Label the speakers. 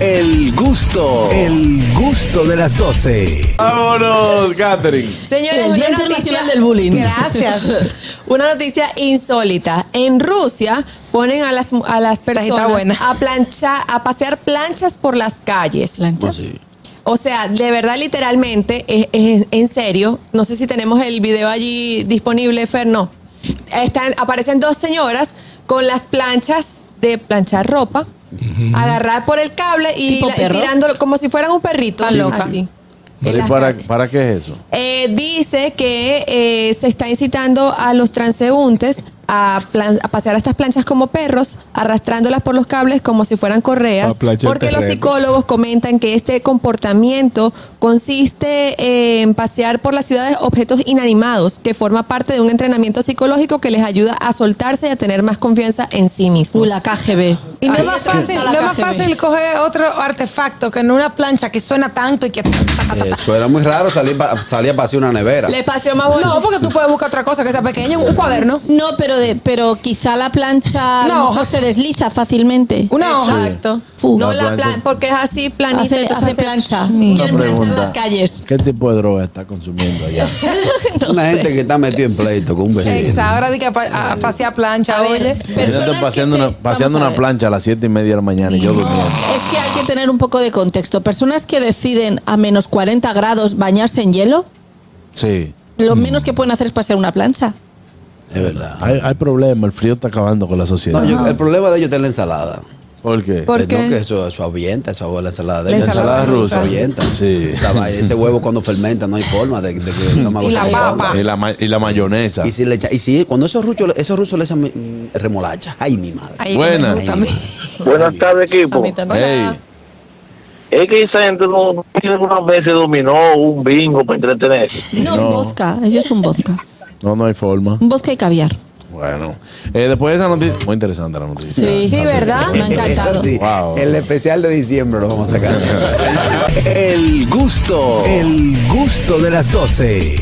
Speaker 1: El gusto, el gusto de las 12.
Speaker 2: Vámonos, Catherine.
Speaker 3: Señores,
Speaker 4: El
Speaker 3: una
Speaker 4: Día Internacional del Bullying.
Speaker 3: Gracias. Una noticia insólita. En Rusia ponen a las, a las personas
Speaker 4: buena.
Speaker 3: a planchar, a pasear planchas por las calles.
Speaker 4: Planchas.
Speaker 3: O sea, de verdad, literalmente, es- es- en serio. No sé si tenemos el video allí disponible, Fer, no. Están, aparecen dos señoras con las planchas de planchar ropa, agarrar por el cable y,
Speaker 4: Tipo
Speaker 3: la- y
Speaker 4: perro.
Speaker 3: tirándolo como si fueran un perrito.
Speaker 4: loca.
Speaker 3: Así. en
Speaker 2: Pero ¿y
Speaker 3: las
Speaker 2: para,
Speaker 3: calles.
Speaker 2: para qué es eso?
Speaker 3: Eh, dice que eh, se está incitando a los transeúntes a, plan- a pasear a estas planchas como perros, arrastrándolas por los cables como si fueran correas,
Speaker 5: Pa' planchar
Speaker 3: porque
Speaker 5: el
Speaker 3: los
Speaker 5: terreno.
Speaker 3: psicólogos comentan que este comportamiento consiste en pasear por las ciudades objetos inanimados, que forma parte de un entrenamiento psicológico que les ayuda a soltarse y a tener más confianza en sí mismos.
Speaker 4: Uh, la KGB.
Speaker 6: Pues, Y no
Speaker 4: Ay,
Speaker 6: es más
Speaker 4: esa
Speaker 6: fácil,
Speaker 4: la
Speaker 6: no es más
Speaker 4: KGB.
Speaker 6: fácil coger otro artefacto que en una plancha que suena tanto y que.
Speaker 7: Eh, Eso era muy raro salir, pa- salir a pasear una nevera.
Speaker 3: Le pasó más bonito.
Speaker 6: No, porque tú puedes buscar otra cosa que sea pequeña, un cuaderno,
Speaker 8: No, pero de, pero quizá la plancha a lo
Speaker 6: No.
Speaker 8: mejor se desliza fácilmente.
Speaker 6: una hoja.
Speaker 3: Exacto.
Speaker 8: Fu.
Speaker 3: No,
Speaker 2: La
Speaker 3: la
Speaker 2: plancha.
Speaker 3: plan- porque es así planita.
Speaker 8: Hace-
Speaker 3: entonces
Speaker 8: hace plancha.
Speaker 2: Una pregunta.
Speaker 4: las calles.
Speaker 2: ¿Qué tipo de droga está consumiendo allá?
Speaker 7: una gente que está metida en pleito con un vecino.
Speaker 6: Exacto, ahora di que pa- a- pasear plancha,
Speaker 8: ver,
Speaker 6: oye.
Speaker 8: personas
Speaker 2: Imagínate
Speaker 8: que
Speaker 2: paseando
Speaker 8: se-
Speaker 2: una, paseando
Speaker 8: vamos a
Speaker 2: una
Speaker 8: ver. Ah.
Speaker 2: plancha a las siete y media de la mañana y yo durmiendo.
Speaker 8: Es que hay que tener un poco de contexto. Personas que deciden a menos 40 grados bañarse en hielo,
Speaker 2: Sí,
Speaker 8: lo menos que pueden hacer es pasear una plancha.
Speaker 7: Es verdad.
Speaker 2: hay, hay problema, el frío está acabando con la sociedad.
Speaker 7: No, yo- el problema de ellos está en la ensalada.
Speaker 2: ¿Por qué?
Speaker 3: ¿Por
Speaker 7: Eh,
Speaker 3: qué?
Speaker 7: No, que eso, eso avienta, eso abuela la ensalada. de
Speaker 6: La
Speaker 7: ellos.
Speaker 6: ensalada rusa.
Speaker 7: avienta.
Speaker 2: Sí.
Speaker 7: Esa vaina, ese huevo cuando fermenta no hay forma de, de que el estómago
Speaker 6: Y
Speaker 7: se
Speaker 6: la
Speaker 7: le
Speaker 6: papa.
Speaker 7: ponga.
Speaker 2: Y la, ma- y la mayonesa.
Speaker 7: Y si le echa- y si cuando esos rusos, esos rusos le echan mm, remolacha. Ay, mi madre.
Speaker 6: Ahí que
Speaker 2: Buena.
Speaker 6: me gusta a mí.
Speaker 9: Buenas tardes,
Speaker 3: A
Speaker 9: equipo.
Speaker 3: mí también.
Speaker 2: Ey,
Speaker 9: Es que esa gente no algunas veces dominó un bingo para entretenerse.
Speaker 8: No,
Speaker 2: No.
Speaker 8: un vodka. Ellos un vodka.
Speaker 2: no, no hay forma.
Speaker 8: Un vodka y caviar.
Speaker 2: Bueno, eh, después de esa noticia, muy interesante la noticia.
Speaker 8: Sí. Sí, ¿verdad? Me ha encantado.
Speaker 7: Sí,
Speaker 2: Wow.
Speaker 7: El especial de diciembre lo vamos a sacar.
Speaker 1: El gusto, el gusto de las 12.